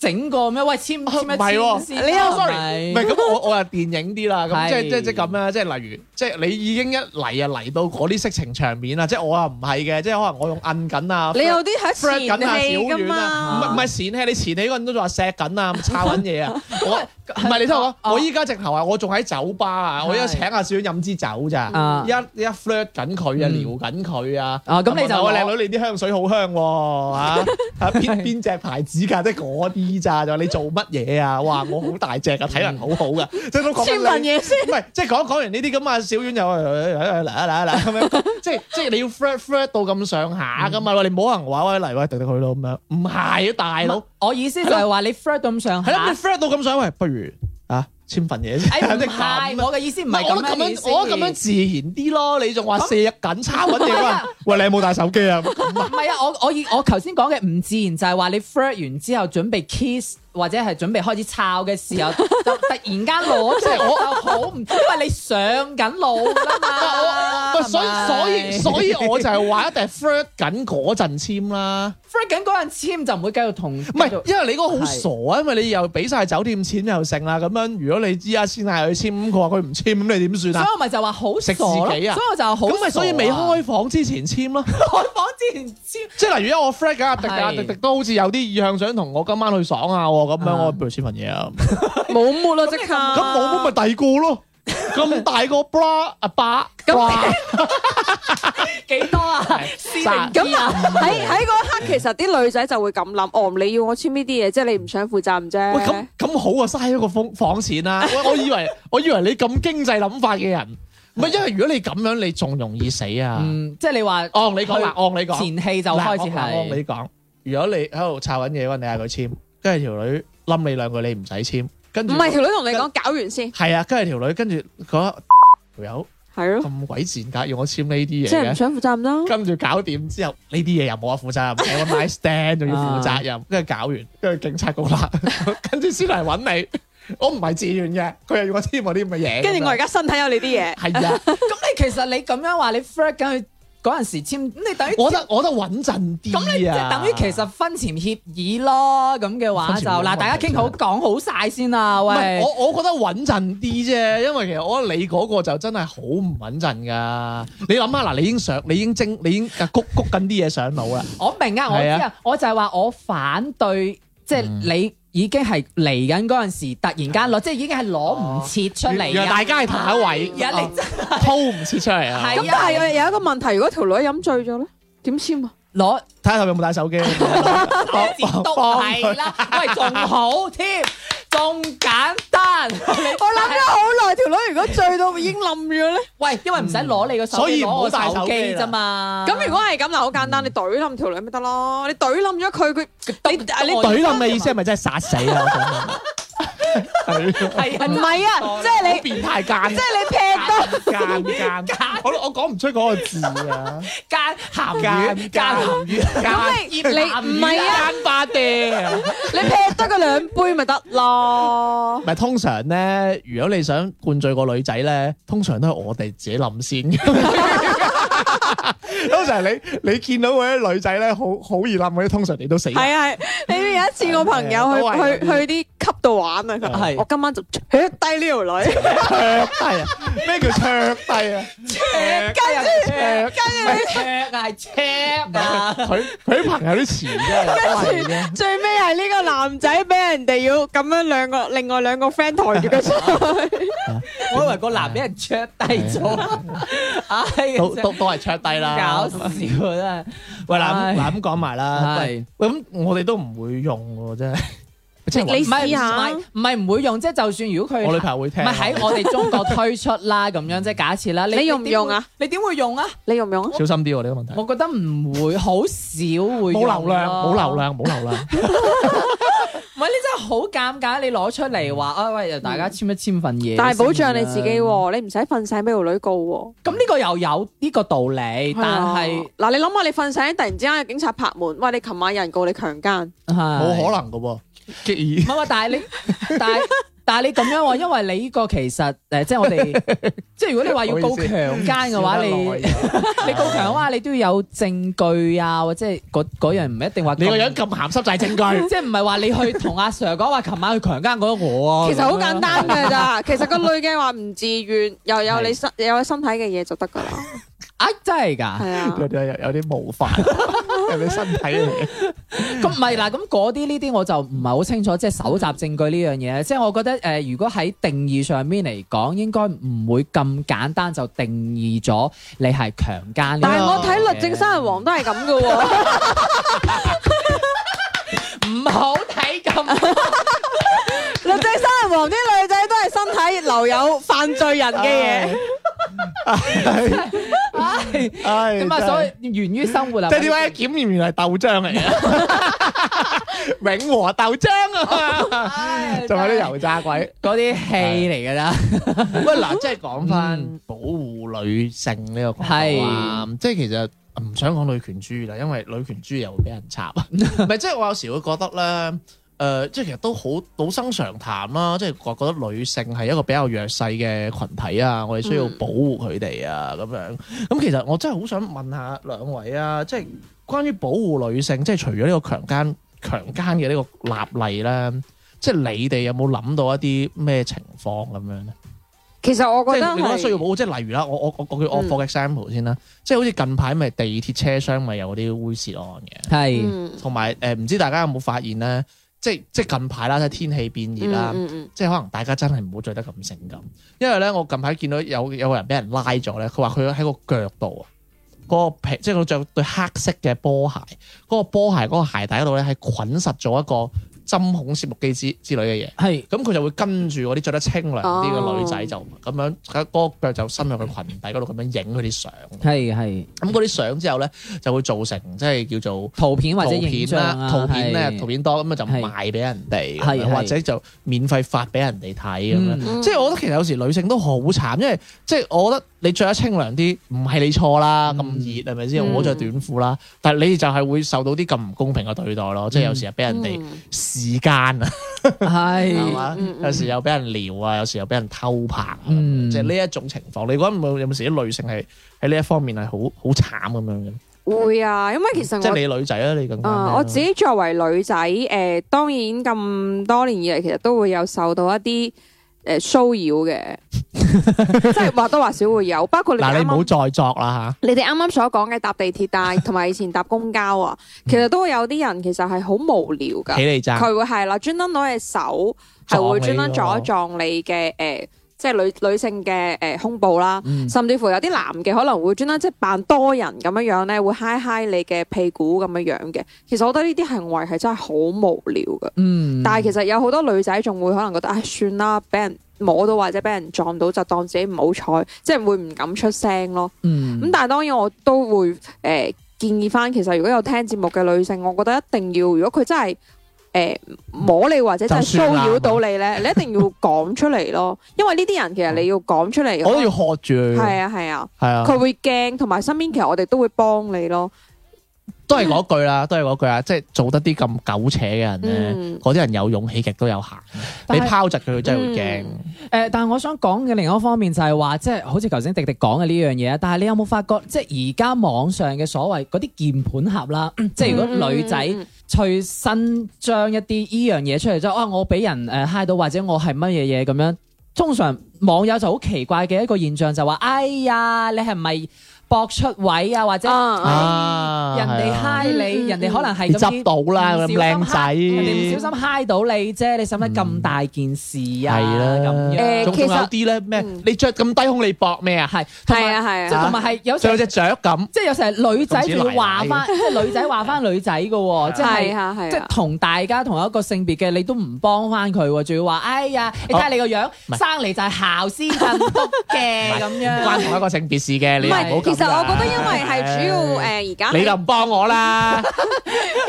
整個咩？喂，簽簽一唔係喎簽先啦，你又係咪哦 sorry，唔係咁我我又電影啲啦，咁係即係即係即係咁啦，即係例如即係你已經一嚟啊嚟到嗰啲色情場面啦，即係我啊唔係嘅，即係可能我用摁緊啊，你有啲 friend 係緊啊，前小戲㗎遠啊，唔係嘛唔？係前戲，你前戲嗰陣都仲話錫緊 啊，抄緊嘢啊，我唔係你聽我講，哦我依家直頭啊，我仲喺酒吧啊，我依家請阿小遠飲支酒咋。啊一一 flirt 緊佢啊，撩緊佢啊，啊咁你問就下喂攞啊靚女，你啲香水好香喎嚇，啊邊邊隻牌子㗎？即係嗰啲知咋？就話你做乜嘢啊？哇！我好大隻啊，體能好好噶，即係都講先緊問你嘢先。唔係，即係講講完呢啲咁啊，小丸又嚟啦嚟啦咁樣， 即係即係你要 flirt flirt 到咁上下嗯噶嘛，喂你唔好行話喂嚟喂，滴滴去咯咁樣，唔係啊大佬，我意思就係話你 flirt 到咁上係啦，下你，flirt 到咁上，喂不如啊簽份嘢 先，哎誒 唔即係咁係我嘅意思唔唔係係我咁覺得咁樣意樣，思，我覺得咁樣自然啲咯。你仲話咁射緊抄緊嘢嗰人，喂你有冇帶手機啊？咁啊唔係啊，我我以我頭先講嘅唔自然就係話你 flirt 完之後準備 kiss 或者係準備開始抄嘅時候，就 突然間攞出嚟就好唔，因為你上緊腦㗎 嘛。喂所以所以以所以我就係話一定係 flirt 緊嗰陣簽啦， flirt 緊嗰陣簽就唔會繼續同唔唔係因為你嗰個好傻啊，因為你又俾晒酒店錢又剩啦，咁樣如果你知啊先嗌佢簽，咁佢話佢唔簽，咁你點算所以啊？我咪就話好傻食自咯，所己以啊我就話好咁咪所以傻啊未開房之前簽咯，開房之前簽，即係例如因為我 friend 緊阿迪係阿迪迪都好似有啲意向想同我今晚去爽下喎，咁樣啊我不如簽份嘢啊。冇 mood 咯，即刻。咁冇咁咪第二個咯。咁大個 bra 啊把，咁幾多啊？私三咁 啊，喺喺嗰一刻，其實啲女仔就會咁諗，哦，你要我簽呢啲嘢，即係你唔想負責任啫。喂咁咁好啊，嘥咗個房房錢啦。喂我以為我以為你咁經濟諗法嘅人，唔係因為如果你咁樣，你仲容易死啊。嗯，即係你話按你講啦，按你講，前戲就開始嗱按按係你講。如果你喺度抄緊嘢嗰陣，你嗌佢簽，跟住條女冧你兩句，你唔使簽，跟唔住係條女同你講搞完先，係啊，跟住條女跟住嗰條友係咯，咁鬼賤格，要我簽呢啲嘢即係嘅唔。想負責任啦。跟住搞掂之後，呢啲嘢又冇得負責任，有個 nice stand 仲要負責任，跟住搞完，跟住警察局啦，跟住先嚟揾你，我唔係自願嘅，佢又要我簽我啲咁嘅嘢，跟住我而家身體有你啲嘢，係啊，咁你其實你咁樣話你 flirt 緊佢嗰陣時簽，咁你等於我覺得我覺得穩陣啲咁你即係啊，等於其實婚前協議咯，咁嘅話婚就前協議嗱，大家傾好真係啊講好晒先啦，唔喂係。我我覺得穩陣啲啫，因為其實我覺得你嗰個就真係好唔穩陣噶，你諗下嗱，你已經上，你已經精，你已經啊谷谷緊啲嘢上腦啦，我明啊，我知係嗯啊，我就係話我反對，即係你已經係嚟緊嗰陣時，突然間啊攞，即係已經係攞唔切出嚟原來啊！大 家係攤位，而家你真鋪唔切出嚟啊，咁係但係啊，有有一個問題，如果條女飲醉咗咧，點簽啊？攞睇下佢有冇帶手機。字都哦係啦，喂，仲好添，仲簡單。我諗咗好耐，條女如果醉到已經冧咗咧，喂，因為唔使攞你個手機，所以唔攞我好帶手手機機啦啫嘛。咁如果係咁嗱，好簡單，你懟冧條女咪得咯，你懟冧咗佢，佢你你我懟冧嘅意思係咪真係殺死 啊？係唔啊，係啊，即係你變態奸，即係你劈到。奸奸我我講唔出嗰個字啊！奸鹹魚，奸鹹魚，咁你鹹你唔係啊，奸巴爹。你劈得佢兩杯咪得咯唔。係通常咧，如果你想灌醉個女仔咧，通常都係我哋自己諗 先。通常你你見到嗰啲女仔咧，好好易冧嗰啲，通常你都死。係啊，係啊你知唔知有一次我朋友都係去去去啲級度玩啊，佢話係我今晚就扯 低呢條 女，灼低啊！咩叫灼低啊？跟灼住跟住係 check 啊！佢佢啲朋友啲詞真係真係嘅。最尾係呢個男仔俾人哋要咁樣兩個另外兩個 friend 抬住佢出去，我以為個男俾人灼低咗，唉，都真係都都係灼低啦，搞笑啊真係。喂嗱唉咁嗱咁講埋啦，係喂喂咁我哋都唔會用喎，真係。即係 你唔係試下唔係唔係唔會用，即係就算如 果佢我女朋友會唔聽，啊係喺我哋中國推出啦，咁樣即係假設啦。你用唔用啊？你點會你點會用啊？你用唔用啊？小心啲喎，呢個問題。我覺得唔會，好少冇會用咯流量，冇流。量，冇流量。唔係你真係好尷尬，你攞出嚟話啊喂，大家簽一簽份嘢。但係保障你自己咁喎，你唔使瞓醒俾條女告喎。啊呢個又有呢個道理，但係嗱，你諗下，你瞓醒突然之間有警察拍門，喂，你琴晚有人告你強姦，冇冇可能嘅喎，激唔係唔係，但係你 但係但係你咁樣喎，因為你呢個其實誒、即係我哋，即係如果你話要告唔好意思強姦嘅話，你你告強姦嘅話，你都要有證據啊，或者係嗰嗰樣唔一定話你個樣咁，咁鹹濕就係證 據。即係唔係話你去同阿 Sir 講話，琴晚去強姦咗我啊？其實好咁樣簡單㗎咋。其實個女嘅話唔自願，又有你 身又有身體嘅嘢就得㗎啦。啊，真係㗎，係啊，有啲有啲冒犯，有啲身體嘅嘢。咁唔係嗱，咁嗰啲呢啲我就唔係好清楚，即係搜集證據呢樣嘢，即係我覺得誒、如果喺定義上面嚟講，應該唔會咁簡單就定義咗你係強姦呢樣嘢。但係我睇律政三人王都係咁㗎喎。唔唔好睇 咁多。律政新人王啲女仔都係身體留有犯罪人嘅嘢。唉唉咁啊，所以源於生活啊。即係點解檢驗原來係豆漿 嚟嘅？永和豆漿啊嘛，唉仲有啲油炸鬼。嗰啲戲嚟㗎啦。喂嗱，即係講翻嗯保護女性呢個講法啊，即係其實唔想講女權主義啦，因為女權主義又會俾人插。唔係，即係我有時會覺得咧。誒、即係其實都好老生常談啦，即係覺覺得女性係一個比較弱勢嘅群體啊，我哋需要嗯保護佢哋啊咁樣。咁其實我真係好想問下兩位啊，即係關於保護女性，即係除咗呢個強姦強姦嘅呢個立例咧，即係你哋有冇諗到一啲咩情況咁樣咧？ 其實我覺得即係你覺得需要係保護，即係例如啦，我我我嗯我叫我 for example 先啦，即係好似近排咪地鐵車廂咪有啲猥褻案嘅，係嗯同埋誒唔知大家有冇發現咧？即係即係近排啦，即係天氣變熱啦，嗯嗯即係可能大家真係唔好着得咁性感，因為咧我近排見到有有個人俾人拉咗咧，佢話佢喺個腳度啊，嗰、個皮即係佢着對黑色嘅波鞋，嗰、個波鞋嗰、個鞋底嗰度咧係捆實咗一個針孔攝錄機之之類嘅嘢。係咁佢就會跟住嗰啲着得清涼啲嘅女仔哦就咁樣，嗰個腳就伸入佢裙底嗰度咁樣影佢啲相。係係咁嗰啲相之後咧，就會造成即係叫做圖片或者圖影片像啦，啊圖片咧係圖片多咁啊就係賣俾人哋咁係樣，係或者就免費發俾人哋睇咁樣。嗯嗯即係我覺得其實有時女性都好慘，因為即係我覺得你着得清涼啲唔係你錯啦，咁嗯熱係咪先？嗯唔好着短褲啦，但係你就係會受到啲咁唔公平嘅對待嗯咯，即係有時係俾人哋嗯時間啊。 係係嘛嗯？嗯有時又俾人撩啊，有時又俾人偷拍啊，嗯即係呢一種情況。你覺得有冇有冇時啲女性係喺呢一方面係好好慘咁樣嘅？會啊，因為其實即我係你女仔啊，你更加咩啊啦我自己作為女仔，誒、當然咁多年以嚟，其實都會有受到一啲誒、呃、騷擾 嘅，即係或多或少會有，包括你哋嗱，啱你唔啱啊好再作啦你哋啱啱所講嘅搭地鐵啊，同埋以前搭公交啊，其實都會有啲人其實係好無聊嚇，噶起，你咋？佢會係啦，專登攞隻手係會專撞你登撞一喎撞你嘅誒、呃即係女女性嘅誒、呃胸部啦。嗯甚至乎有啲男嘅可能會專登即係扮多人咁樣樣咧，會嗨嗨你嘅屁股咁樣樣嘅。其實我覺得呢啲行為係真係好無聊嘅。嗯，但係其實有好多女仔仲會可能覺得，唉、算啦，俾人摸到或者俾人撞到就當自己唔好彩，即係會唔敢出聲咯。嗯咁但係當然我都會誒、呃建議翻，其實如果有聽節目嘅女性，我覺得一定要，如果佢真係誒、呃摸你或者真係就算騷啦擾到你咧，你一定要講出嚟 咯。因為呢啲人其實你要講出嚟，我都要喝住佢，係啊係啊，係啊，佢會驚，同埋身邊其實我哋都會幫你咯。都係嗰句啦，都係嗰句啊，即係做得啲咁苟且嘅人咧嗯，嗰啲人有勇氣極都有限。你但係拋窒佢，佢真係會驚。誒、但係我想講嘅另一方面就係話，即係好似頭先迪迪講嘅呢樣嘢，啊但係你有冇發覺，即係而家網上嘅所謂嗰啲鍵盤俠啦，嗯即係如果女仔嗯隨身將一啲依樣嘢出嚟之後，啊，我俾人誒嗨到，或者我係乜嘢嘢咁樣，通常網友就好奇怪嘅一個現象就話，哎呀，你係咪搏出位啊，或者啊，À, 啊人哋係啊嗨嗯嗯你，嗯人哋可能係你咁執啲。到啦，咁唔小心靚仔，人哋唔小心嗨到你啫，你使乜咁大件事 à. 啊？係啦咁誒樣仲其仲有實啲咧咩 Ừ. 嗯？你着咁低胸，你搏咩啊？係，同係埋啊係即係啊，同埋係有時仲有隻雀咁。即係有時係女仔咁似仲要話奶奶翻，即係女仔話翻女仔嘅喎，即係係啊即係係啊，同大家同一個性別嘅，你都唔幫翻佢喎，仲要話哎呀，你睇下你個樣唔係生嚟就係姣斯振督嘅咁唔樣關，同一個性別事嘅，唔你又係，其唔好咁實啦我覺得因為係主要誒而家係你就唔幫我啦，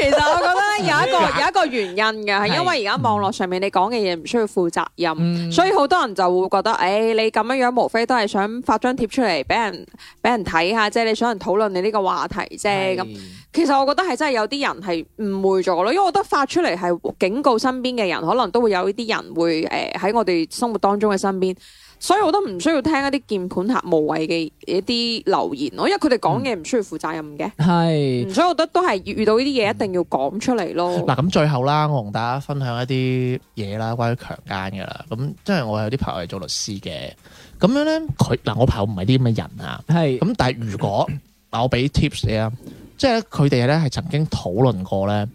其實我覺得咧有一個有一個原因嘅，係因為而家網絡上面你講嘅嘢唔需要負責任，嗯所以好多人就會覺得，誒、你咁樣樣無非都係想發張貼出嚟俾人俾人睇下啫，你想人討論你呢個話題啫咁。其實我覺得係真係有啲人係誤會咗咯，因為我覺得發出嚟係警告身邊嘅人，可能都會有呢啲人會誒喺、我哋生活當中嘅身邊，所以我覺得唔需要聽一啲鍵盤俠無謂嘅一啲留言咯，因為佢哋講嘢唔需要負責任嘅。係嗯所以我覺得都係遇到呢啲嘢一定要講出嚟咯。嗱咁最後啦，我同大家分享一啲嘢啦，關於強姦嘅啦。咁即係我有啲朋友係做律師嘅，咁樣咧佢嗱我朋友唔係啲咁嘅人啊。 係咁但係如果嗱我俾 tips 你啊，即係佢哋咧係曾經討論過咧，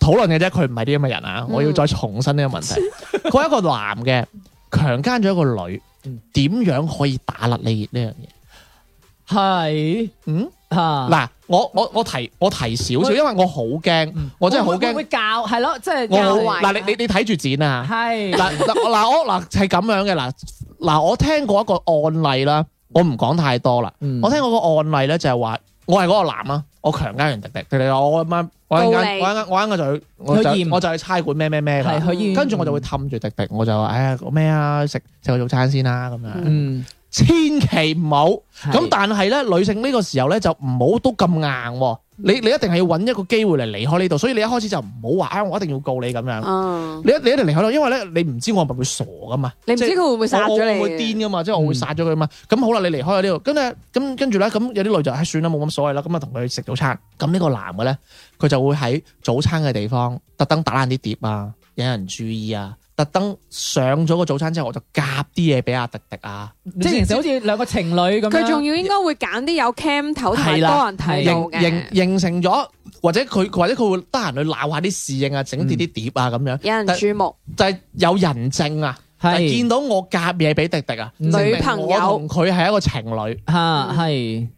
討論嘅啫，佢唔係啲咁嘅人啊。我要再重申呢個問題，佢係一個男嘅強姦咗一個女嗯，點樣可以打甩你呢樣嘢？係嗯。啊嗱，我我我提我提少少，因為我好驚，我真係好會唔會會驚，教係咯，即係我好教嗱啊你你你睇住展啊！係嗱嗱我嗱我嗱係咁樣嘅嗱嗱我聽過一個案例啦，我唔講太多啦。嗯我聽過個案例咧就係話，我係嗰個男啊，我強姦完迪迪，迪迪話我啱我啱告你我啱我啱我就去我去驗就我就去差館咩咩咩㗎係去醫院跟住我就會氹住迪迪，我就話哎呀咩啊食食個早餐先啦咁樣，嗯千祈唔好。咁係但係咧，女性呢個時候咧就唔好都咁硬喎，你你一定係要揾一個機會嚟離開呢度，所以你一開始就唔好話啊，我一定要告你咁啊樣。嗯，你一你一定離開咯，因為咧你唔知我係咪會傻噶嘛，你唔知即佢係會唔會殺我我咗你會嘅？癲噶嘛，即係我會殺咗佢嘛。咁好啦，你離開咗呢度，跟住咁跟住咧，咁有啲女就唉算啦，冇乜所謂啦，咁啊同佢去食早餐。咁呢個男嘅咧，佢就會喺早餐嘅地方特登打爛啲碟啊，引人注意啊，特登上咗個早餐之後，我就夾啲嘢俾阿迪迪啊。即係形成好似兩個情侶咁樣。佢仲要應該會揀啲有 cam 頭同埋係啦多人睇到形形嘅，形成咗，或者佢或者佢會得閒去鬧下啲侍應啊，整跌啲碟啊咁樣，有人注目。就係有人證啊，就係見係到我夾嘢俾迪迪啊，嗯證明女朋友我同佢係一個情侶，嚇係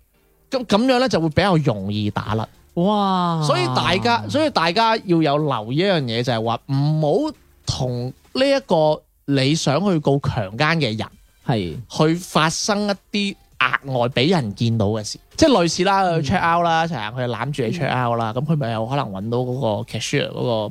咁咁樣咧就會比較容易打甩，哇！所以大家所以大家要有留意一樣嘢就係話唔好同呢一個你想去告強姦嘅人。係去發生一啲額外俾人見到嘅事，即係類似啦佢，check ờ, out 啦，成日佢攬住你 check out 啦，咁佢咪有可能揾到嗰個 cashier 嗰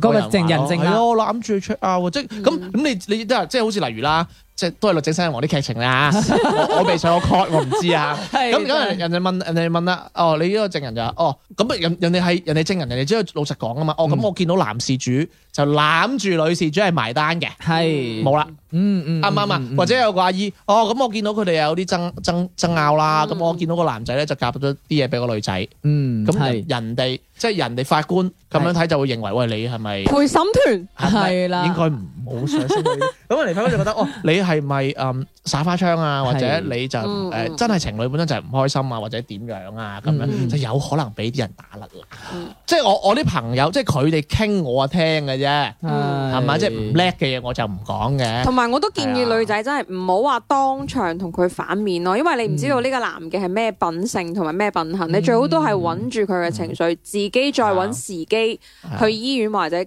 個嗰個證人證係啦，咯，我攬住佢 check out 喎即係咁咁你你都係即係好似例如啦，即係都係律政新人王啲劇情啦，我我未上過 court 我唔知啊。係咁咁人人哋問人哋問啦，哦你呢個證人就話哦咁啊人人哋係人哋證人，人哋只係老實講啊嘛，哦咁嗯我見到男事主就攬住女事主係埋單嘅，係冇啦。嗯嗯啱唔啱啊？或者有個阿姨，哦咁我見到佢哋有啲爭爭爭拗啦，咁我見到個男仔咧就夾咗啲嘢俾個女仔，嗯咁係人人哋即係人哋法官咁樣睇就會認為喂你係咪陪審團係啦應該唔好上升到呢啲咁人哋法官就覺得哦你係咪嗯耍花槍啊，或者係你就嗯誒嗯真係情侶本身就係唔開心啊，或者點樣啊咁樣嗯就有可能俾啲人打甩啦嗯。即係我我啲朋友即係佢哋傾我啊聽嘅啫，嗯係咪？即係唔叻嘅嘢我就唔講嘅。同埋我都建係啊議女仔真係唔好話當場同佢反面咯，因為你唔知道呢個男嘅係咩品性同埋咩品嗯行，你最好都係穩住佢嘅情緒，自己再揾時機係啊去醫院或者誒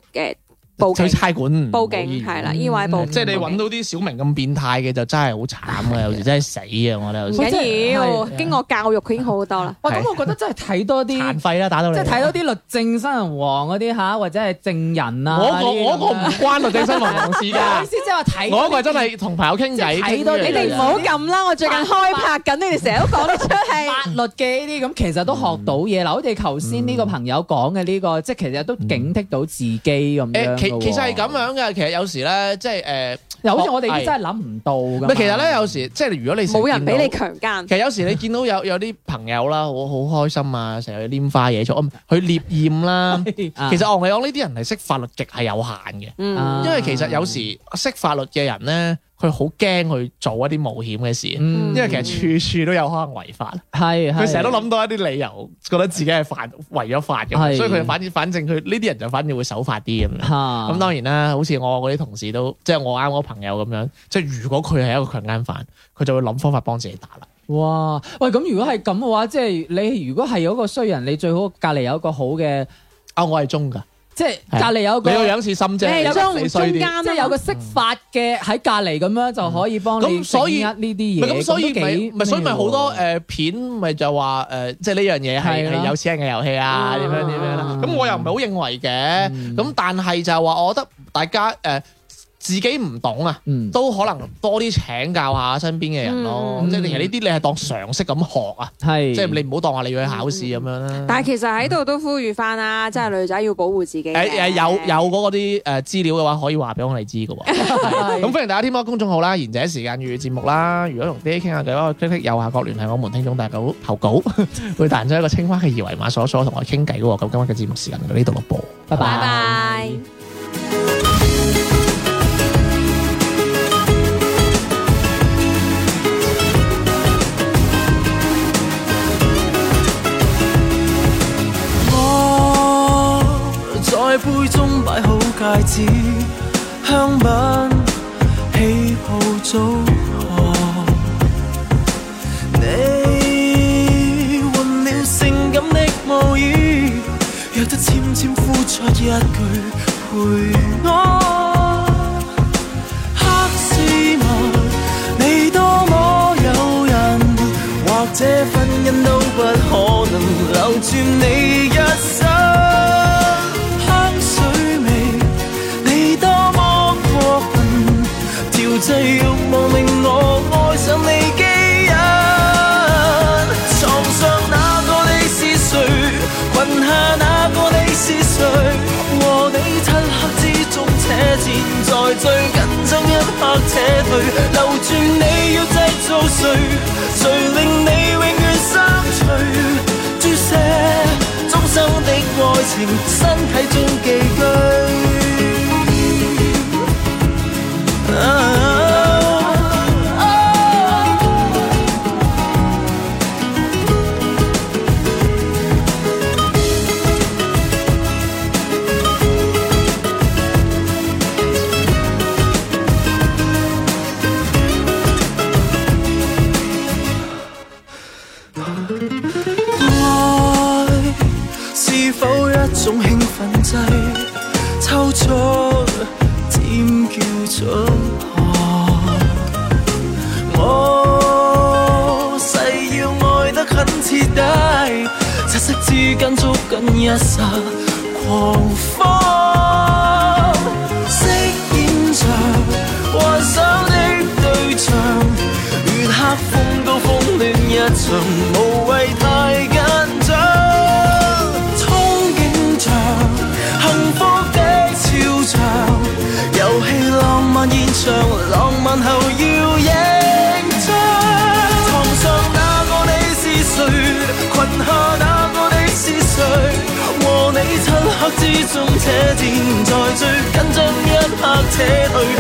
報警。去差館報唔好意警思係啦，嗯醫委報警。即係你揾到啲小明咁變態嘅就真係 好慘啊！有時真係死啊！我哋有唔時緊要，係經過教育佢已經好好多啦。哇！係咁我覺得真係睇多啲殘。廢啦，打到你。即係睇到啲律政新人王嗰啲吓，或者係證人啊。我個我呢啲咁個唔關律政新聞事 樣我意㗎，思即係話睇我個真係同朋友傾偈。即係睇多啲你傾偈哋唔好咁啦，我最近開拍緊，你哋成日都講得出 法係。律嘅呢啲咁，其實都學到嘢嗯啦。好似頭先呢個朋友講嘅呢個，即係其實都警惕到自己咁樣誒，㗎喎。其其實係咁樣嘅，其實有時咧，即係誒，又好似我哋係真係諗唔到唔咁。啊係其實咧，有時即係如果你成日冇人俾見到你強姦，其實有時你見到有有啲朋友啦，好好開心啊，成日去拈花惹草，嗯去獵豔啦。 啊其實我同你講，呢啲人係識法律極係有限嘅。嗯啊因為其實有時識法律嘅人咧，佢好驚去做一啲冒險嘅事，嗯因為其實處處都有可能違法。係係佢成日都諗到一啲理由，覺得自己係犯違咗法嘅，係所以佢反反正佢呢啲人就反正會守法啲咁樣。嚇咁當然啦，好似我嗰啲同事都，即係我啱我朋友咁樣，即係如果佢係一個強姦犯，佢就會諗方法幫自己打啦。哇！喂，咁如果係咁嘅話，即係你如果係有一個衰人，你最好隔離有一個好嘅，啊，我係中㗎，即係係隔離有一你個個，樣似心你啫，係中你衰中啲間。啊即係有個識法嘅喺隔離咁樣就可以幫你咁所以整一呢唔啲嘢。係咁，所以都咪幾咪所以咪好多咩喎誒片咪就話誒，即係呢樣嘢係係啦係有錢人嘅遊戲啊，點樣點樣啦啊。咁我又唔係好認為嘅，嗯咁但係就係話，我覺得大家誒自己唔懂啊。嗯都可能多啲請教下身邊嘅人咯，嗯即係其實呢啲你係當常識咁學啊，係即係你唔好當話你要去考試咁樣啦。但係其實喺度都呼籲翻啦，即係女仔要保護自己嘅。誒誒有有嗰啲誒資料嘅話，可以話俾我哋知嘅喎。係咁歡迎大家添加公眾號啦，賢者時間粵語節目啦。如果同 D A 傾下偈，可以 click click 右下角聯繫我們聽眾大狗投稿， 會彈出一個青蛙嘅二維碼鎖鎖同我傾偈嘅喎。咁今日嘅節目時間就到呢度咯噃。拜拜拜。我在杯中擺好戒指，香吻氣泡組合。你換了性感的出一句陪我。黑絲襪，你多麼誘人，或者婚姻都不可能留住你一生。香水味，你多麼過分，調製欲望令我愛上你基因。床上那個你是誰？裙下那個你是誰？和你漆黑之中且戰，在最緊張一刻且退，留住你要製造誰？誰令你永遠相隨？注射終生的愛情，身體中寄居。啊啊愛是否一種興奮劑，抽出尖叫出汗。我誓要愛得很徹底，七息之間捉緊一剎狂歡，飾演着幻想的對象，月黑風高風亂一場，無謂太緊張，憧憬着幸福的肖像。遊戲浪漫現場，浪漫後要影張。床上那個你是誰？裙下那個你是誰？和你漆黑之中且戰，在最緊張一刻且退，